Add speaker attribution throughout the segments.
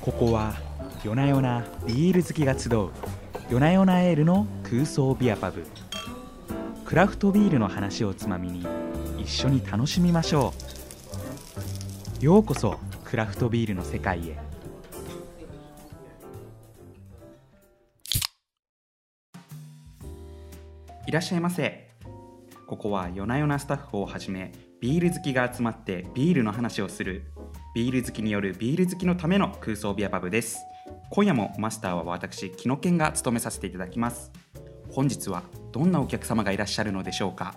Speaker 1: ここは夜な夜なビール好きが集う夜な夜なエールの空想ビアパブクラフトビールの話をつまみに一緒に楽しみましょうようこそクラフトビールの世界へいらっしゃいませここは夜な夜なスタッフをはじめビール好きが集まってビールの話をするビール好きによるビール好きのための空想ビアパブです今夜もマスターは私木野健が務めさせていただきます本日はどんなお客様がいらっしゃるのでしょうか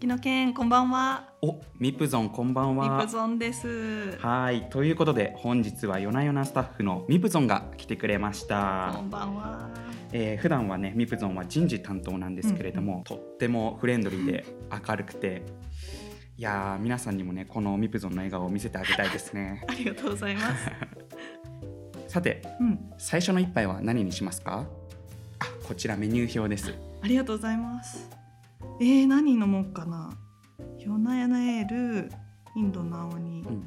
Speaker 2: 木野健こんばんは。
Speaker 1: お、ミプゾンこんばん
Speaker 2: ミ
Speaker 1: は
Speaker 2: プゾンです。
Speaker 1: はい、ということで本日は夜な夜なスタッフのミプゾンが来てくれまし
Speaker 2: こ
Speaker 1: た、
Speaker 2: んばんは。
Speaker 1: えー、普段はねミプゾンは人事担当なんですけれども、とってもフレンドリーで明るくていやー皆さんにもねこのミプゾンの笑顔を見せてあげたいですね
Speaker 2: ありがとうございます。
Speaker 1: さて
Speaker 2: うん、
Speaker 1: 最初の一杯は何にしますかあこちらメニュー表です
Speaker 2: ありがとうございます。えー、何飲もうかな。夜な夜なエール、インドなおに
Speaker 1: う
Speaker 2: とか
Speaker 1: ん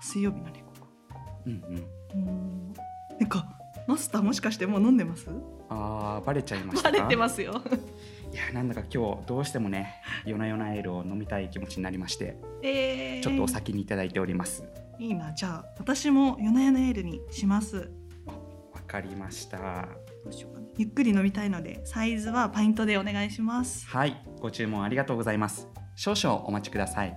Speaker 2: 水曜日のねここ。
Speaker 1: うんうんうん
Speaker 2: うーんなんかマスターもしかしてもう飲んでます？
Speaker 1: あーバレちゃいました
Speaker 2: バ
Speaker 1: か
Speaker 2: レてますよ。
Speaker 1: いやなんだか今日どうしてもね夜な夜なエールを飲みたい気持ちになりまして
Speaker 2: えー、
Speaker 1: ちょっとお先にいただいております
Speaker 2: いいな。じゃあ私も夜な夜なエールにします。
Speaker 1: わかりました
Speaker 2: どうしようかな。ゆっくり飲みたいのでサイズはパイントでお願いします。
Speaker 1: はいご注文ありがとうございます少々お待ちください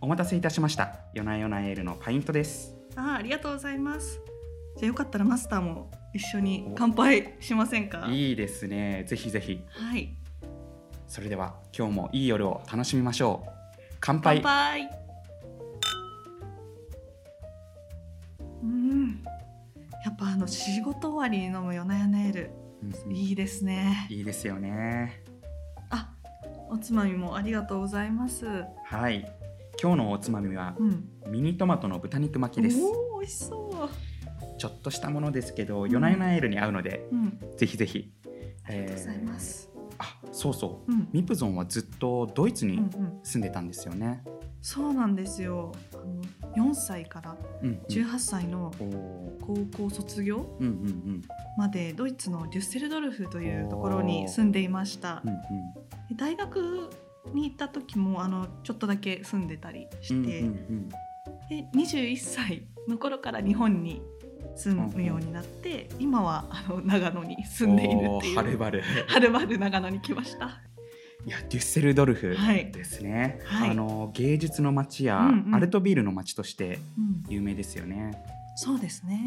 Speaker 1: お待たせいたしました夜な夜なエールのパイントです
Speaker 2: あーありがとうございます。じゃあよかったらマスターも一緒に乾杯しませんか。
Speaker 1: いいですねぜひぜひ
Speaker 2: はい。
Speaker 1: それでは今日もいい夜を楽しみましょう乾杯
Speaker 2: 乾杯。うん。やっぱあの仕事終わりに飲むよなやネール
Speaker 1: うん
Speaker 2: いいですね。
Speaker 1: いいですよね
Speaker 2: あ、おつまみもありがとうございます。
Speaker 1: はい今日のおつまみは
Speaker 2: うん。
Speaker 1: ミニトマトの豚肉巻きです
Speaker 2: おお美味しそう。
Speaker 1: ちょっとしたものですけど、
Speaker 2: ん
Speaker 1: 夜な夜なエールに合うので、
Speaker 2: うん。
Speaker 1: ぜひぜひ。
Speaker 2: ありがとうございます。
Speaker 1: えー。あ、そうそう。
Speaker 2: うん。
Speaker 1: ミプゾンはずっとドイツ
Speaker 2: うん
Speaker 1: に
Speaker 2: うん。
Speaker 1: 住んでたんですよね。
Speaker 2: そうなんですよ。あの4歳から
Speaker 1: うん、うん。
Speaker 2: 18歳の
Speaker 1: おー
Speaker 2: 高校卒業
Speaker 1: うんうんうん
Speaker 2: までドイツのデュッセルドルフというところに住んでいました
Speaker 1: うん
Speaker 2: で大学に行った時もあのちょっとだけ住んでたりして、
Speaker 1: うんうんうん
Speaker 2: で21歳の頃から日本に住むようになって、今はあの長野に住んでいるってい
Speaker 1: おー
Speaker 2: う
Speaker 1: はるばる
Speaker 2: はるばる長野に来ました
Speaker 1: いやデュッセルドルフ
Speaker 2: はい
Speaker 1: ですね、
Speaker 2: はい
Speaker 1: あの芸術の街や、
Speaker 2: うんうん
Speaker 1: アルトビールの街として
Speaker 2: うん
Speaker 1: 有名ですよね
Speaker 2: そうですね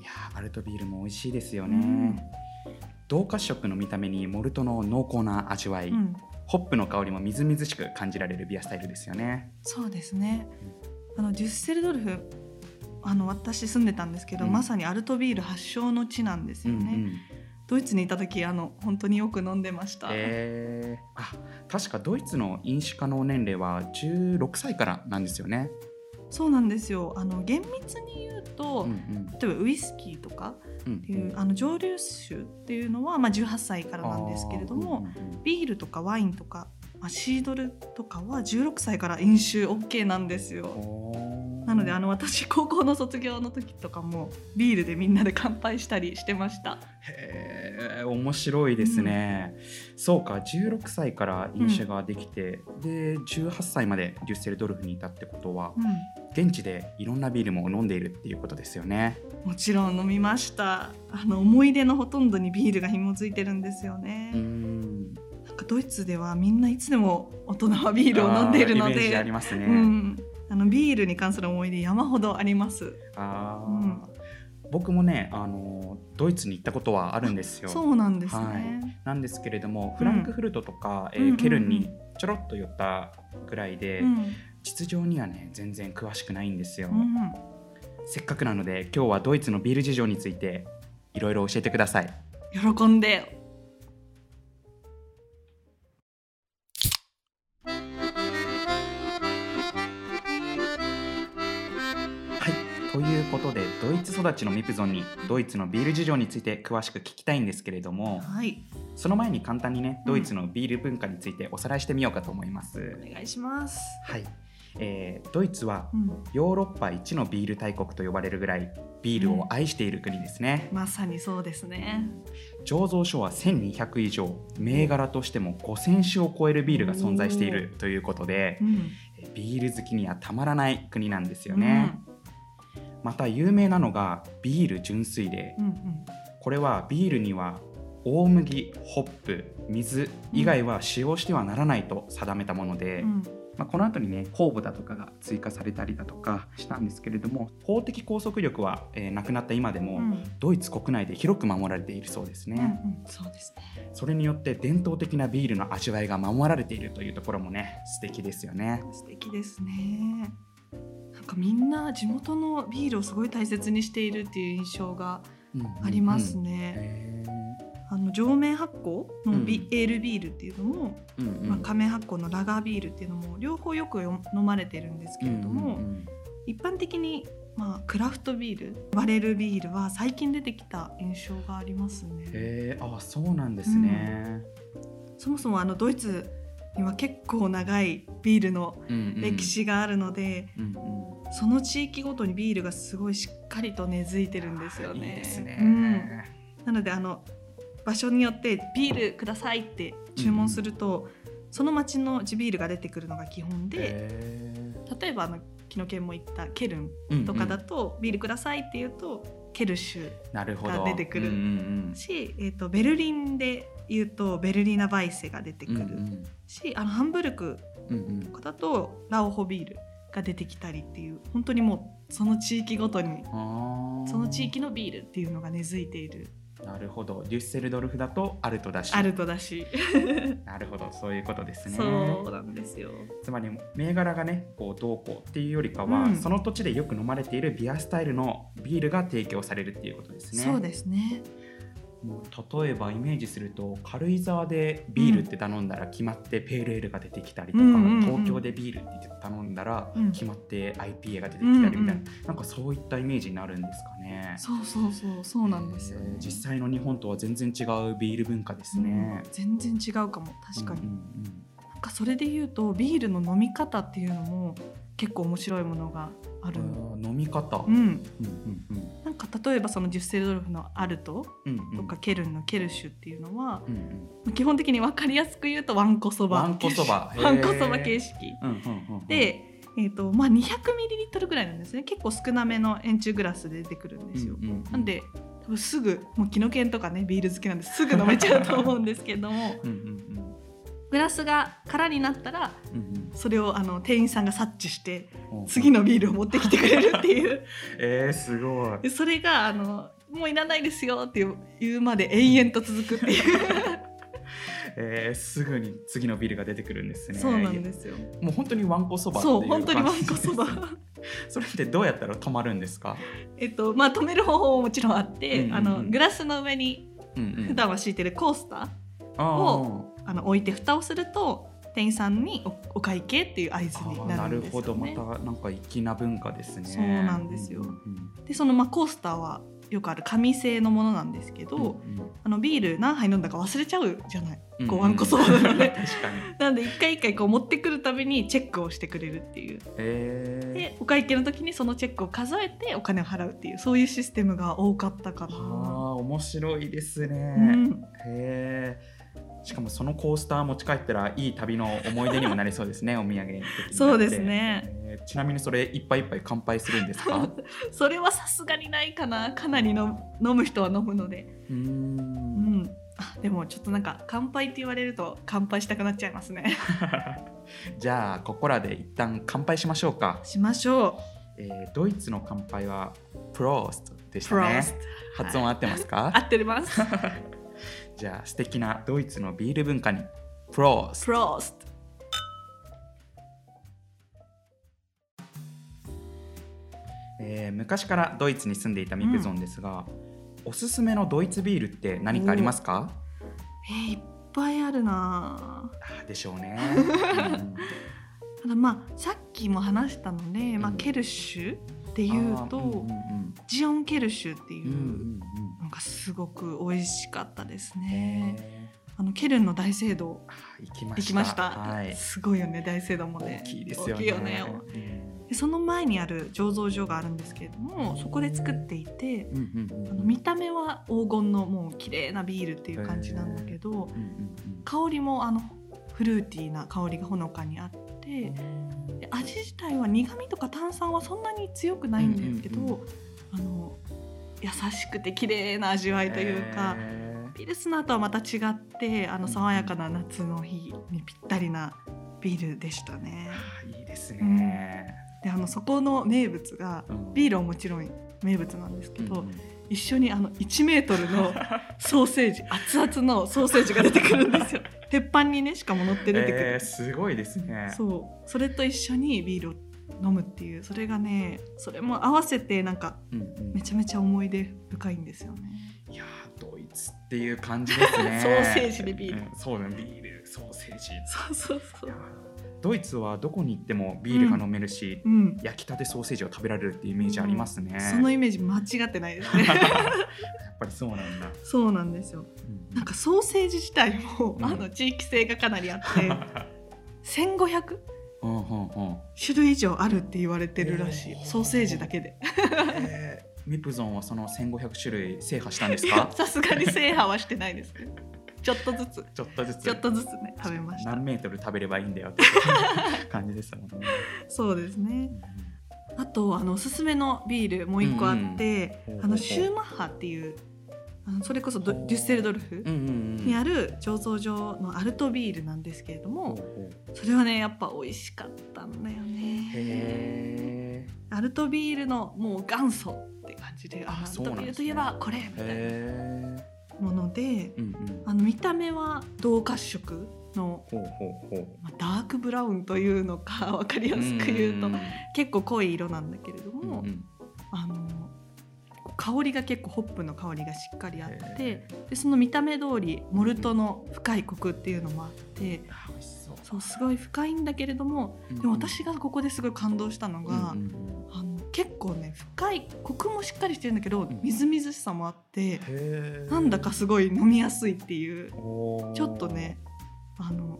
Speaker 1: いやーアルトビールも美味しいですよ
Speaker 2: うん
Speaker 1: ね、同褐色の見た目にモルトの濃厚な味わい、
Speaker 2: うん
Speaker 1: ホップの香りもみずみずしく感じられるビアスタイルですよね。
Speaker 2: そうですねあのデュッセルドルフあの私住んでたんですけど、
Speaker 1: うん
Speaker 2: まさにアルトビール発祥の地なんです
Speaker 1: うん
Speaker 2: よ
Speaker 1: う
Speaker 2: ね、
Speaker 1: ん。
Speaker 2: ドイツにいた時あの本当によく飲んでました、
Speaker 1: えー、あ確かドイツの飲酒可能年齢は16歳からなんですよね。
Speaker 2: そうなんですよあの厳密に言うと、
Speaker 1: うんうん
Speaker 2: 例えばウイスキーとか
Speaker 1: う
Speaker 2: っていうんあの蒸留酒っていうのは、まあ、18歳か
Speaker 1: う
Speaker 2: ら
Speaker 1: ん。
Speaker 2: なんですけれども、
Speaker 1: あー、うんうんうん
Speaker 2: ビールとかワインとか、まあ、シードルとかは16歳から飲酒 OK なんですよ。
Speaker 1: おー
Speaker 2: なのであの私高校の卒業の時とかもビールでみんなで乾杯したりしてました。
Speaker 1: へー面白いですね、そうか16歳から飲酒ができて、で18歳までデュッセルドルフにいたってことは
Speaker 2: うん、
Speaker 1: 現地でいろんなビールも飲んでいるっていうことですよね。
Speaker 2: もちろん飲みましたあの思い出のほとんどにビールが紐づいてるんですよね。
Speaker 1: うん
Speaker 2: なんかドイツではみんないつでも大人はビールを飲んでいるの
Speaker 1: あーイメージあり
Speaker 2: で、
Speaker 1: ますね。
Speaker 2: うん、あのビールに関する思い出山ほどあります。
Speaker 1: あー僕もねあのドイツに行ったことはあるんですよ。
Speaker 2: そうなんですね。
Speaker 1: はいなんですけれどもフランクフルトとか、えー
Speaker 2: うんうんうん
Speaker 1: ケルンにちょろっと寄ったぐらいで、
Speaker 2: うん、
Speaker 1: 実情にはね全然詳しくないんですよ、
Speaker 2: うん、
Speaker 1: せっかくなので今日はドイツのビール事情についていろいろ教えてください。
Speaker 2: 喜んで。
Speaker 1: はいということでドイツ育ちのミプゾンにドイツのビール事情について詳しく聞きたいんですけれども
Speaker 2: はい、
Speaker 1: その前に簡単にね
Speaker 2: うん
Speaker 1: ドイツのビール文化についておさらいしてみようかと思います。
Speaker 2: お願いします。
Speaker 1: はい、えードイツは
Speaker 2: うん、
Speaker 1: ヨーロッパ一のビール大国と呼ばれるぐらいビールを愛している国ですね、
Speaker 2: まさにそうですね。
Speaker 1: 醸造所は1200以上銘柄としても5000種を超えるビールが存在しているということで
Speaker 2: うん、
Speaker 1: えービール好きにはたまらない国なんですよね、また有名なのがビール純粋で
Speaker 2: うん、うん、
Speaker 1: これはビールには大麦ホップ水以外は使用してはならないと定めたもので、
Speaker 2: うん、
Speaker 1: まあ、この後にね公募だとかが追加されたりだとかしたんですけれども法的拘束力は、えーなくなった今でも、
Speaker 2: うん、うん、
Speaker 1: ドイツ国内で広く守られているそうです
Speaker 2: う
Speaker 1: ね、
Speaker 2: ん、そうですね。
Speaker 1: それによって伝統的なビールの味わいが守られているというところもね素敵ですよね
Speaker 2: 素敵ですね。なんかみんな地元のビールをすごい大切にしているっていう印象がありますね。
Speaker 1: ね、
Speaker 2: あの上名発酵のビ、
Speaker 1: うん
Speaker 2: エールビールっていうのも、
Speaker 1: うんうん
Speaker 2: まあ、仮面発酵のラガービールっていうのも両方よくよ飲まれてるんですけれども、
Speaker 1: うんうん
Speaker 2: 一般的に、まあ、クラフトビール割れるビールは最近出てきた印象がありますね。
Speaker 1: へーあそうなんですね、
Speaker 2: そもそもあのドイツには結構長いビールの
Speaker 1: うんうん
Speaker 2: 歴、史があるので、
Speaker 1: うんうん
Speaker 2: その地域ごとにビールがすごいしっかりと根付いてるんですよね。
Speaker 1: いいですね、
Speaker 2: うんなのであの場所によってビールくださいって注文すると、その町の地ビールが出てくるのが基本で、
Speaker 1: へ
Speaker 2: 例えばあの木の剣も言ったケルン
Speaker 1: ー
Speaker 2: とか
Speaker 1: う
Speaker 2: だ
Speaker 1: んうん
Speaker 2: と、ビールくださいって言うとケルシュ
Speaker 1: なるほど
Speaker 2: が出てくる
Speaker 1: うんうん
Speaker 2: し、えー、とベルリンで言うとベルリーナバイセが出て
Speaker 1: う
Speaker 2: く
Speaker 1: ん
Speaker 2: る
Speaker 1: うん
Speaker 2: し、あのハンブルク
Speaker 1: うんうん
Speaker 2: とかだとラオホビールが出てきたりっていう本当にもうその地域ごとに
Speaker 1: あー
Speaker 2: その地域のビールっていうのが根付いている
Speaker 1: なるほどデュッセルドルフだとアルトだし
Speaker 2: アルトだし、
Speaker 1: なるほどそういうことですね
Speaker 2: そうなんですよ。
Speaker 1: つまり銘柄がねこうどうこうっていうよりかは、
Speaker 2: うん
Speaker 1: その土地でよく飲まれているビアスタイルのビールが提供されるっていうことですね
Speaker 2: そうですね。
Speaker 1: もう例えばイメージすると軽井沢でビールって頼んだら決まってペールエールが出てきたりとか、
Speaker 2: うんうんうん
Speaker 1: 東京でビールって頼んだら
Speaker 2: うん
Speaker 1: 決まって IPA が出てき
Speaker 2: うんうん
Speaker 1: たりみたいな、なんかそういったイメージになるんですかね
Speaker 2: そうそうそうそうなんですよね
Speaker 1: え。ー実際の日本とは全然違うビール文化ですね
Speaker 2: うん、全然違うかも確かに、
Speaker 1: うんうん
Speaker 2: なんかそれで言うとビールの飲み方っていうのも結構面白いものがあるの、
Speaker 1: うんあー飲み方、
Speaker 2: うん
Speaker 1: うんうんうん
Speaker 2: なんか例えばそのジュッセルドルフのアルト
Speaker 1: うんうん
Speaker 2: とかケルンのケルシュっていうのは、
Speaker 1: うんうん
Speaker 2: 基本的に分かりやすく言うとわんこそば
Speaker 1: わんこそ ば
Speaker 2: わんこそば形
Speaker 1: 式
Speaker 2: 式、
Speaker 1: で
Speaker 2: で、えーとまあ、2 0 0ミリリットルぐらいなんですね結構少なめの円柱グラスで出てくるんですよ、なんで多分すぐもうキノケンとかねビール好きなんですぐ飲めちゃうと思うんですけども
Speaker 1: うんうん
Speaker 2: グラスが空になったら
Speaker 1: うんうん
Speaker 2: それをあの店員さんが察知して
Speaker 1: うん
Speaker 2: 次のビールを持ってきてくれるっていう
Speaker 1: えー、すごい
Speaker 2: でそれがあのもういらないですよっていう言うまで延々と続くっていう
Speaker 1: えー、すぐに次のビールが出てくるんですね
Speaker 2: そうなんですよ
Speaker 1: もう本当にわんこそばっていう
Speaker 2: そう本当にわんこそば
Speaker 1: 感じ それってどうやったら止まるんですか
Speaker 2: えっとまあ止める方法ももちろんあっ
Speaker 1: うんう
Speaker 2: て、
Speaker 1: んうん
Speaker 2: あのグラスの上に普
Speaker 1: 普
Speaker 2: 段は敷いてるコースター
Speaker 1: を
Speaker 2: あの置いて蓋をすると店員さんにおお会計っていう合図にな
Speaker 1: な
Speaker 2: るん
Speaker 1: る
Speaker 2: です
Speaker 1: ほ
Speaker 2: よ
Speaker 1: どま
Speaker 2: ね。
Speaker 1: たなんか粋な文化ですね
Speaker 2: そうなんですよ
Speaker 1: うんうん
Speaker 2: でそのまあコースターはよくある紙製のものなんですけど、
Speaker 1: うんうん
Speaker 2: あのビール何杯飲んだか忘れちゃうじゃない。
Speaker 1: うん
Speaker 2: こうわんこそばなので
Speaker 1: 確かに
Speaker 2: なんで一回一回こう持ってくるたびにチェックをしてくれるっていう
Speaker 1: え
Speaker 2: でお会計の時にそのチェックを数えてお金を払うっていうそういうシステムが多かったか
Speaker 1: ー、
Speaker 2: な。
Speaker 1: あー面白いですね、
Speaker 2: うん、
Speaker 1: へえ。しかもそのコースター持ち帰ったらいい旅の思い出にもなりそうですね。お土 産的になって
Speaker 2: そうですね。
Speaker 1: えーちなみにそれ一杯一杯乾杯するんですか。
Speaker 2: それはさすがにないかなかなり飲む飲む人は飲むので
Speaker 1: うー。
Speaker 2: うんん、あでもちょっとなんか乾杯って言われると乾杯したくなっちゃいますね。
Speaker 1: じゃあここらで一旦乾杯しましょうか。
Speaker 2: しましょ
Speaker 1: えー、ドイツの乾杯はプローストで
Speaker 2: う。
Speaker 1: したね。
Speaker 2: Prost
Speaker 1: 発音合ってますか。
Speaker 2: 合ってます。
Speaker 1: じゃあ素敵なドイツのビール文化にプロースト。
Speaker 2: プロースト。
Speaker 1: えー昔からドイツに住んでいたミプゾンですが、おすすめのドイツビールって何かありますか。
Speaker 2: えーいっぱいあるなぁ。
Speaker 1: あーでしょう ね。うん
Speaker 2: ただまあさっきも話したので、まあ
Speaker 1: うん
Speaker 2: ケルシュっていうと、
Speaker 1: あーうんうん
Speaker 2: ジオンケルシュってい
Speaker 1: うんう
Speaker 2: う、
Speaker 1: ん
Speaker 2: なんかすごく美味しかったです
Speaker 1: うん
Speaker 2: ね。
Speaker 1: へー
Speaker 2: あのケルンの大聖堂
Speaker 1: 行きました
Speaker 2: 行きました。
Speaker 1: はい
Speaker 2: すごいよね大聖堂もね
Speaker 1: 大。きいですよ
Speaker 2: 大き
Speaker 1: ね
Speaker 2: いよね。でその前にある醸造所があるんですけれども、そこで作っていて。
Speaker 1: うんうんうんうん
Speaker 2: あの見た目は黄金のもう綺麗なビールっていう感じなんだけど、
Speaker 1: うんうん
Speaker 2: 香りもあのフルーティーな香りがほのかにあってで味自体は苦味とか炭酸はそんなに強くないんだけど、
Speaker 1: うんうんう
Speaker 2: あの優しくて綺麗な味わ
Speaker 1: うん
Speaker 2: いというか、
Speaker 1: へ
Speaker 2: ピルスナーとはまた違ってあの爽やかな夏の日にぴったりなビールでしたね。
Speaker 1: ーいいですね。
Speaker 2: であのそこの名物がビールはもちろん名物なんですけ
Speaker 1: ル
Speaker 2: ど、一緒にあの1メートルのソーセ ージ熱々のソーセージが出てくるんですよ鉄板にねしかも乗って出てくる、
Speaker 1: えーすごいですね。
Speaker 2: そうそれと一緒にビールを飲むっていうそれがねそれも合わせてなんか
Speaker 1: うんうん
Speaker 2: めちゃめちゃ思い出深いんですよね
Speaker 1: いやードイツっていう感じですね
Speaker 2: 。ソーセージでビール
Speaker 1: うんそうねビールソーセージ。
Speaker 2: そうそうそ
Speaker 1: いうやードイツはどこに行ってもビールが飲めるし、
Speaker 2: うん
Speaker 1: 焼きたてソーセージを食べられるっていうイメージありますね。
Speaker 2: そのイメージ間違ってない ですね
Speaker 1: やっぱりそうなんだ。
Speaker 2: そうなんですよ
Speaker 1: うん
Speaker 2: なんかソーセージ自体も、
Speaker 1: うん
Speaker 2: あの地域性がかなりあって 1500
Speaker 1: うんうんうん。
Speaker 2: 種類以上あるって言われてるらしい、
Speaker 1: えー
Speaker 2: ソーセージだけで
Speaker 1: えーミプゾンはその1500種類制覇したんです
Speaker 2: いや
Speaker 1: か？
Speaker 2: さすがに制覇はしてないで すねちょっとずつ
Speaker 1: ちょっとずつ。
Speaker 2: ちょっとずつね食べました
Speaker 1: 何メートル食べればいいんだよっていう感じでしたもんね。
Speaker 2: そうですね
Speaker 1: うん
Speaker 2: あとあのおすすめのビールもう一個あって、
Speaker 1: うんうん
Speaker 2: あのシューマッハっていうあのそれこそド
Speaker 1: ほう
Speaker 2: デュッセルドル
Speaker 1: うん
Speaker 2: フ
Speaker 1: うんうん。
Speaker 2: にある醸造所のアルトビールなんですけれど
Speaker 1: ほう
Speaker 2: も
Speaker 1: ほう
Speaker 2: それはねやっぱ美味しかったんだよね
Speaker 1: へ
Speaker 2: アルトビールのもう元祖って感じであ
Speaker 1: あ
Speaker 2: アル
Speaker 1: そう
Speaker 2: ト
Speaker 1: なんですね
Speaker 2: ビールといえばこれみ
Speaker 1: え。
Speaker 2: たい
Speaker 1: へえ。
Speaker 2: なもので
Speaker 1: うんうん。
Speaker 2: あの見た目は同褐色の
Speaker 1: ほうほうほ
Speaker 2: まあダークブラウンというのか分かり
Speaker 1: う。
Speaker 2: やすく言うと
Speaker 1: ん
Speaker 2: 結構濃い色なんだけれども、
Speaker 1: んん
Speaker 2: あの香りが結構ホップの香りがしっかりあって
Speaker 1: へ
Speaker 2: でその見た目通りモルトの深いコクっていうのもあって
Speaker 1: あ美味しそう。
Speaker 2: そうすごい深いんだけれどもでも私がここですごい感動したのが、
Speaker 1: うんうん
Speaker 2: あの結構ね深いコクもしっかりしてるんだけど
Speaker 1: ん
Speaker 2: みずみずしさもあって
Speaker 1: うんへえ。
Speaker 2: なんだかすごい飲みやすいっていう
Speaker 1: おー
Speaker 2: ちょっとね。あの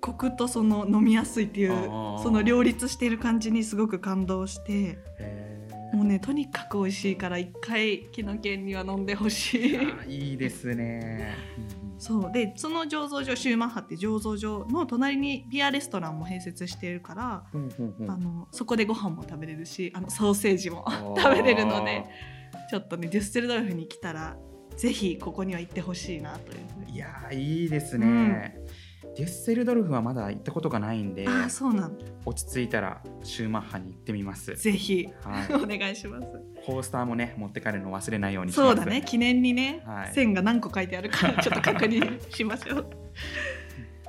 Speaker 2: コクとその飲みやすいっていう
Speaker 1: あー
Speaker 2: その両立している感じにすごく感動して
Speaker 1: へえ
Speaker 2: もうねとにかく美味しいから一回木の剣には飲んでほ しい
Speaker 1: あいいですね。うんうん
Speaker 2: そうでその醸造所シューマッハって醸造所の隣にビアレストランも併設しているから、
Speaker 1: ほうほうほう
Speaker 2: あのそこでご飯も食べれるしあのソーセージも
Speaker 1: あ ー
Speaker 2: 食べれるのでちょっとねデュッセルドルフに来たらぜひここには行ってほしいなというふうに
Speaker 1: いやーいいですね、デュッセルドルフはまだ行ったことがないんで
Speaker 2: ああそうなん
Speaker 1: 落ち着いたらシューマッハに行ってみます
Speaker 2: ぜひ
Speaker 1: はい、
Speaker 2: お願いします
Speaker 1: コースターもね持って帰るの忘れないようにします
Speaker 2: そうだね記念にね、
Speaker 1: はい
Speaker 2: 線が何個書いてあるか ちょっと確認しま しょう。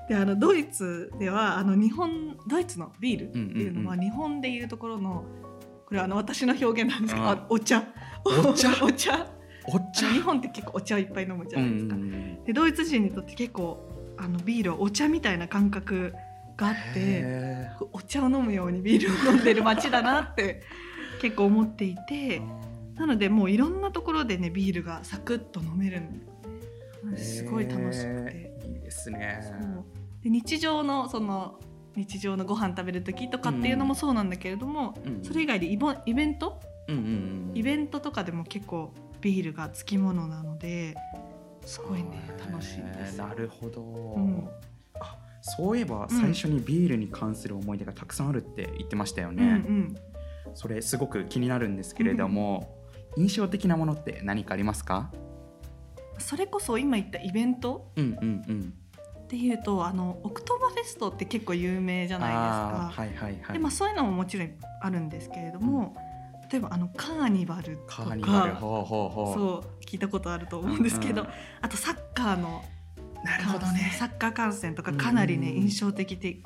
Speaker 2: であのドイツではあの日本ドイツのビールっていうのは
Speaker 1: うん
Speaker 2: 日本でいうところのこれはあの私の表現なんですけど
Speaker 1: あ
Speaker 2: あお茶
Speaker 1: お茶
Speaker 2: お茶あ
Speaker 1: おっちゃ
Speaker 2: の日本って結構お茶をいっぱい飲むじゃ
Speaker 1: うん
Speaker 2: ないですか。
Speaker 1: うん
Speaker 2: でドイツ人にとって結構あのビールはお茶みたいな感覚があって
Speaker 1: へー
Speaker 2: お茶を飲むようにビールを飲んでる街だ なって結構思っていて。なのでもういろんなところでねビールがサクッと飲めるんだよねすごい楽しくて
Speaker 1: へ、ーいいですね
Speaker 2: そうで日常のその日常のご飯食べる時とかっていうのもそうなんだけれども、
Speaker 1: うん
Speaker 2: それ以外でイボイベント
Speaker 1: うんうんうん
Speaker 2: イベントとかでも結構ビールがつきものなのですごいね
Speaker 1: あー
Speaker 2: 楽しいです
Speaker 1: なるほど、
Speaker 2: ん
Speaker 1: あそういえば
Speaker 2: うん
Speaker 1: 最初にビールに関する思い出がたくさんあるって言ってましたよね、
Speaker 2: うん
Speaker 1: それすごく気になるんですけれども、印象的なものって何かありますか？
Speaker 2: うん、それこそ今言ったイベント
Speaker 1: うんうんうん。
Speaker 2: っていうとあのオクトーバーフェストって結構有名じゃないですか。
Speaker 1: あーはいはいはい。
Speaker 2: でまあ、そういうのももちろんあるんですけれども、例えばあのカーニバルと
Speaker 1: カ
Speaker 2: か
Speaker 1: ーニバルほうほうほう。
Speaker 2: そう聞いたことあると思うんですけど、
Speaker 1: うん
Speaker 2: あとサッカーの
Speaker 1: なるほどね。
Speaker 2: サッカー観戦とかかなりね、
Speaker 1: うん
Speaker 2: 印象的で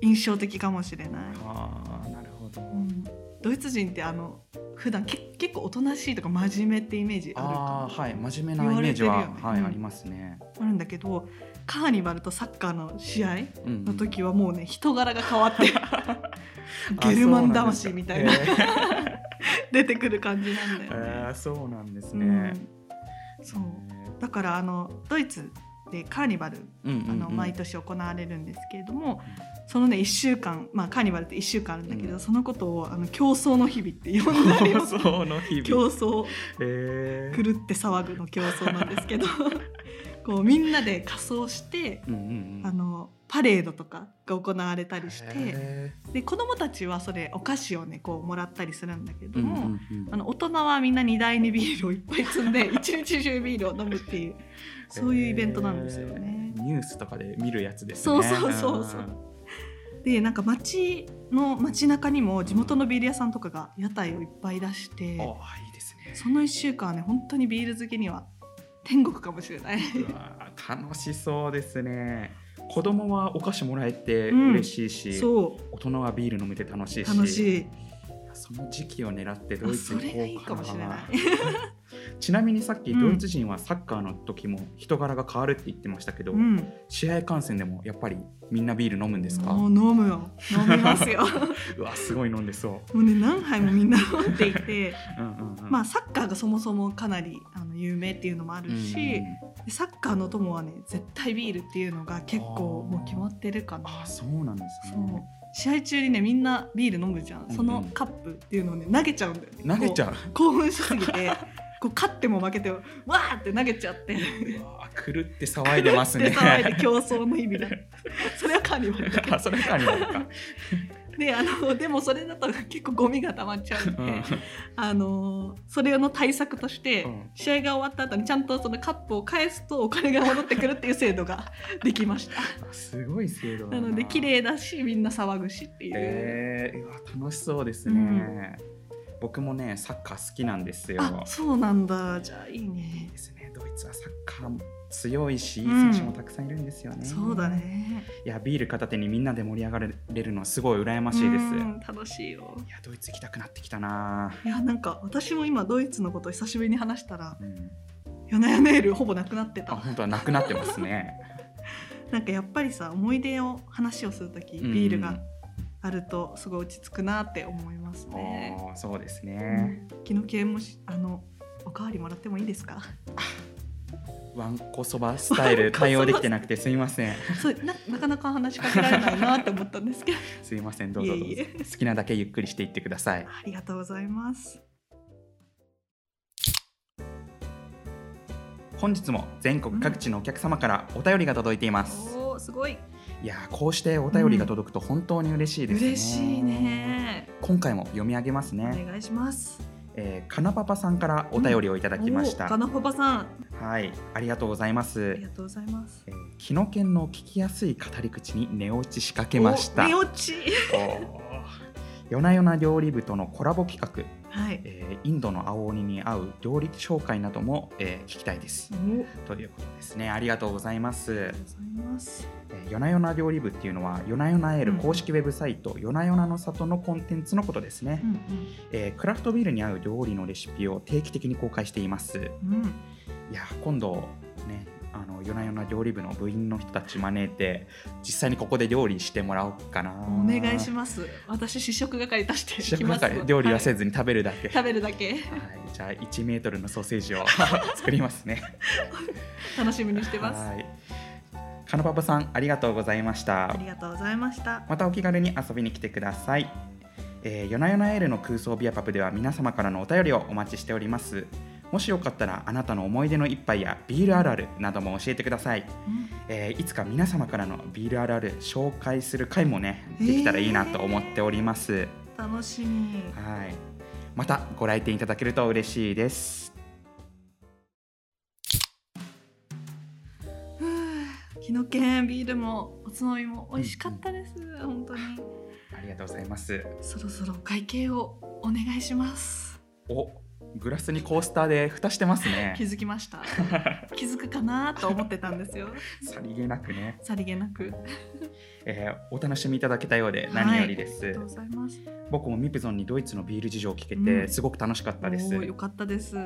Speaker 2: 印象的かもしれない、
Speaker 1: ああなるほど。
Speaker 2: うんドイツ人ってあの普段け結構おとなしいとか真面目ってイメージある
Speaker 1: ああ
Speaker 2: か
Speaker 1: はい真面目なイメージは、
Speaker 2: 言われてるよね
Speaker 1: はい、
Speaker 2: うん
Speaker 1: ありますね。
Speaker 2: もあるんだけどカーニバルとサッカーの試合
Speaker 1: うんうん
Speaker 2: の時はもうね人柄が変わってゲルマン魂みたい
Speaker 1: あ
Speaker 2: な
Speaker 1: そうなんですか
Speaker 2: 出てくる感じなんだよね。
Speaker 1: あーそうなんですね。
Speaker 2: うんそうだからあのドイツでカーニバル
Speaker 1: うんうんうん
Speaker 2: あの毎年行われるんですけれども、そのね1週間、まあ、カーニバルって1週間あるんだけど、
Speaker 1: うん
Speaker 2: そのことをあの競争の日々って呼んだり
Speaker 1: 放
Speaker 2: も
Speaker 1: 送の日
Speaker 2: 競
Speaker 1: 々。
Speaker 2: 争
Speaker 1: え
Speaker 2: 狂って騒ぐの競争なんです けどこうみんなで仮装して
Speaker 1: うんうんうん。
Speaker 2: あのパレードとかが行われたりして
Speaker 1: へ
Speaker 2: で子どもたちはそれお菓子をねこうもらったりするんだけ
Speaker 1: ー。う
Speaker 2: ど
Speaker 1: んうんう
Speaker 2: も、
Speaker 1: ん
Speaker 2: あの大人はみんな荷台にビールをいっぱい積んで 一日中ビールを飲むっていうそういうイベントなんですよね
Speaker 1: え。ーニュースとかで見るやつですね。
Speaker 2: そうそうそうそうでなんか街の街中にも地元のビール屋さんとかが屋台をいっぱい出して
Speaker 1: あーあーいいですね。
Speaker 2: その1週間はね本当にビール好きには天国かもしれない。
Speaker 1: うわー楽しそうですね。子供はお菓子もらえて
Speaker 2: うん
Speaker 1: 嬉しいし、
Speaker 2: そ
Speaker 1: 大人はビール飲めて楽し
Speaker 2: う
Speaker 1: いし、
Speaker 2: 楽しい
Speaker 1: その時期を狙ってドイツに
Speaker 2: あそれがいいかもしれない
Speaker 1: い。 ちなみにさっき
Speaker 2: うん
Speaker 1: ドイツ人はサッカーの時も人柄が変わるって言ってましたけど、
Speaker 2: うん、
Speaker 1: 試合観戦でもやっぱりみんなビール飲むんですか？
Speaker 2: もう飲むよ飲みま すよも
Speaker 1: うわすごい飲んでそう。
Speaker 2: うね何杯もみんな飲んでいて、
Speaker 1: うんうんうん
Speaker 2: まあサッカーがそもそもかなりあの有名っていうのもあるし、
Speaker 1: うんうんうん
Speaker 2: でサッカーの友はね絶対ビールっていうのが結構
Speaker 1: あー
Speaker 2: もう決まってるかな
Speaker 1: あそうなんです
Speaker 2: そう
Speaker 1: ね。
Speaker 2: 試合中にねみんなビール飲むじゃん、
Speaker 1: うんうん
Speaker 2: そのカップっていうのをね投げちゃうんだよね
Speaker 1: 投げち
Speaker 2: こ
Speaker 1: ゃう。
Speaker 2: う興奮しすぎて こう勝っても負けてもわーって投げちゃって
Speaker 1: うわー狂って騒いでますね。
Speaker 2: で騒いで競争の意味だ それはカーニバルだけど
Speaker 1: あそれかになるか。
Speaker 2: であのでもそれだと結構ゴミが溜まっちゃうんで、
Speaker 1: う ん
Speaker 2: あのそれの対策として、
Speaker 1: うん
Speaker 2: 試合が終わった後にちゃんとそのカップを返すとお金が戻ってくるっていう制度ができました
Speaker 1: すごい制度だ
Speaker 2: なので綺。麗だしみんな騒ぐしっていう、
Speaker 1: えー、うわ楽しそうですね。
Speaker 2: うん
Speaker 1: 僕もねサッカー好きなんですよ。
Speaker 2: あそうなんだじゃあいい
Speaker 1: いい
Speaker 2: ね
Speaker 1: ですね。ドイツはサッカーも強いし、いい
Speaker 2: うん
Speaker 1: 選手もたくさんいるんですよね。
Speaker 2: そうだ。ね
Speaker 1: いやビール片手にみんなで盛り上がれるのはすごい羨ましいです。
Speaker 2: う
Speaker 1: い
Speaker 2: ん楽しいよ
Speaker 1: やドイツ行きたくなってきたな。
Speaker 2: いやなんか私も今ドイツのこと久しぶりに話したら
Speaker 1: うん、
Speaker 2: 夜な夜なエールほぼなくなって
Speaker 1: あ
Speaker 2: た
Speaker 1: 本当はなくなってますね。
Speaker 2: なんかやっぱりさ思い出を話をするとき
Speaker 1: うん
Speaker 2: ビールがあるとすごい落ち着くなって思いますね、
Speaker 1: あーそうです
Speaker 2: う
Speaker 1: ね。
Speaker 2: ん、昨日系もしあのおかわりもらってもいいですか
Speaker 1: わんこそばスタイル対応できてなくてすいま せん。
Speaker 2: そうななかなか話しかけられないなって思ったんですけど
Speaker 1: すいませんどうぞどうぞ
Speaker 2: いえい
Speaker 1: 好きなだけゆっくりしていってください。
Speaker 2: ありがとうございます
Speaker 1: 本日も全国各地のお客様からお便りが届いています。
Speaker 2: おーすごい
Speaker 1: いやーこうしてお便りが届くと本当に嬉しいですね。
Speaker 2: 嬉しい。ね
Speaker 1: 今回も読み上げますね。
Speaker 2: お願いします
Speaker 1: えー、かなパパさんからお便りをいただきまし
Speaker 2: お
Speaker 1: た。
Speaker 2: ーかなほばさんあ
Speaker 1: はいありがとうございます
Speaker 2: り。がとうございます
Speaker 1: えー木の剣の聞きやすい語り口に寝落ち仕掛けました。
Speaker 2: お寝落ち
Speaker 1: おー夜な夜な料理部とのコラボ企画
Speaker 2: はい
Speaker 1: えーインドの青鬼に合う料理紹介なども、えー聞きたいです
Speaker 2: お。ー
Speaker 1: ということですね。ありがとうございます
Speaker 2: ありがと。うございます
Speaker 1: えー夜な夜な料理部っていうのは、夜な夜なエール
Speaker 2: うん
Speaker 1: 公式ウェブサイト、夜な夜なの里のコンテンツのことですね、
Speaker 2: うん
Speaker 1: えークラフトビールに合う料理のレシピを定期的に公開しています。い
Speaker 2: うんうん
Speaker 1: やー、今度ね、あの夜な夜な料理部の部員の人たち招いて、実際にここで料理してもらおうかな。
Speaker 2: お願いし
Speaker 1: ま
Speaker 2: ます。私試食係足し
Speaker 1: 試
Speaker 2: てき
Speaker 1: 食
Speaker 2: ます。
Speaker 1: 係料理はせ
Speaker 2: ず、
Speaker 1: ずに食べるだけ。
Speaker 2: 食べるだけ
Speaker 1: はい、じゃあ1メートルのソーセージを 作りますね。
Speaker 2: 楽しみにしてます。
Speaker 1: はい。カナパパさんありがとうございまし
Speaker 2: あ
Speaker 1: た
Speaker 2: り。がとうございました。
Speaker 1: またお気軽に遊びに来てください。えー、夜な夜なエールの空想ビアパブでは皆様からのお便りをお待ちしております。もしよかったらあなたの思い出の一杯やビールあるあるなども教えてください。えーいつか皆様からのビールあるある紹介する回もねできたらいいなと思っております。
Speaker 2: 楽しみ。
Speaker 1: はい。またご来店いただけると嬉しいです。
Speaker 2: ふう木の剣ビールもおつまみも美味しかったです。本当に。
Speaker 1: ありがとうございます。
Speaker 2: そろそろお会計をお願いします。
Speaker 1: おグラスにコースターで蓋してます
Speaker 2: 気
Speaker 1: ね
Speaker 2: づき ました。気づくかなと思ってたんですよ。
Speaker 1: さりげなくね、
Speaker 2: さりげなく。
Speaker 1: えーお楽しみいただけたようで何よりで
Speaker 2: あ
Speaker 1: す、
Speaker 2: りがとうございます。
Speaker 1: 僕もミプゾンにドイツのビール事情を聞けて、
Speaker 2: うん
Speaker 1: すごく楽しかったです
Speaker 2: おーよかったです。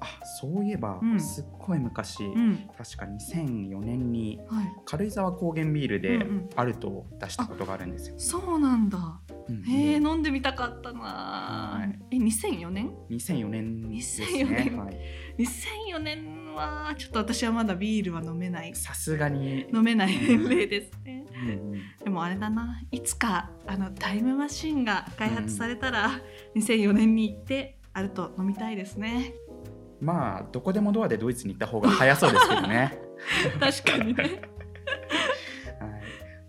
Speaker 1: ああそういえば、
Speaker 2: うん
Speaker 1: すっごい昔、
Speaker 2: うん
Speaker 1: 確か2004年に
Speaker 2: はい、
Speaker 1: 軽井沢高原ビールで
Speaker 2: うんうん
Speaker 1: アルトを出したことがあるんですよ。
Speaker 2: そうなんだ
Speaker 1: うんうん
Speaker 2: へえ飲んでみたかったな、
Speaker 1: はい
Speaker 2: え2004年
Speaker 1: 2004年ですね
Speaker 2: 2004年。
Speaker 1: はい
Speaker 2: 2004年はちょっと私はまだビールは飲めない
Speaker 1: さすがに、
Speaker 2: 飲めない年齢ですね
Speaker 1: うんうん
Speaker 2: でもあれだないつかあのタイムマシンが開発されたら、2004年に行ってあると飲みたいです ね
Speaker 1: まあどこでもドアでドイツに行った方が早そうですけど ね。
Speaker 2: 確かにね
Speaker 1: はい、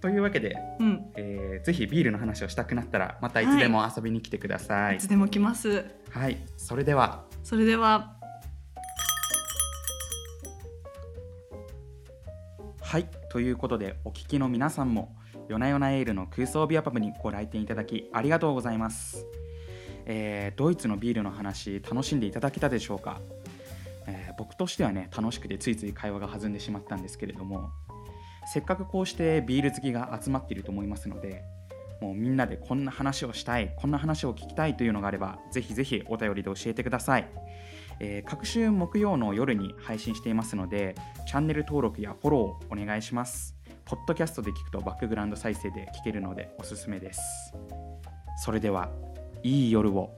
Speaker 1: というわけで、
Speaker 2: うん、
Speaker 1: えーぜひビールの話をしたくなったらまたいつでも遊びに来てくださ
Speaker 2: い、
Speaker 1: い
Speaker 2: つ。でも来ます
Speaker 1: はい、それでは
Speaker 2: それでは
Speaker 1: はい、ということでお聞きの皆さんも夜な夜なエールの空想ビアパブにご来店いただきありがとうございます、えードイツのビールの話楽しんでいただけたでしょうか、えー僕としてはね楽しくてついつい会話が弾んでしまったんですけれどもせっかくこうしてビール好きが集まっていると思いますのでもうみんなでこんな話をしたいこんな話を聞きたいというのがあればぜひぜひお便りで教えてください、えー各週木曜の夜に配信していますのでチャンネル登録やフォローをお願いします。ポッドキャストで聞くとバックグラウンド再生で聞けるのでおすすめです。それでは、いい夜を。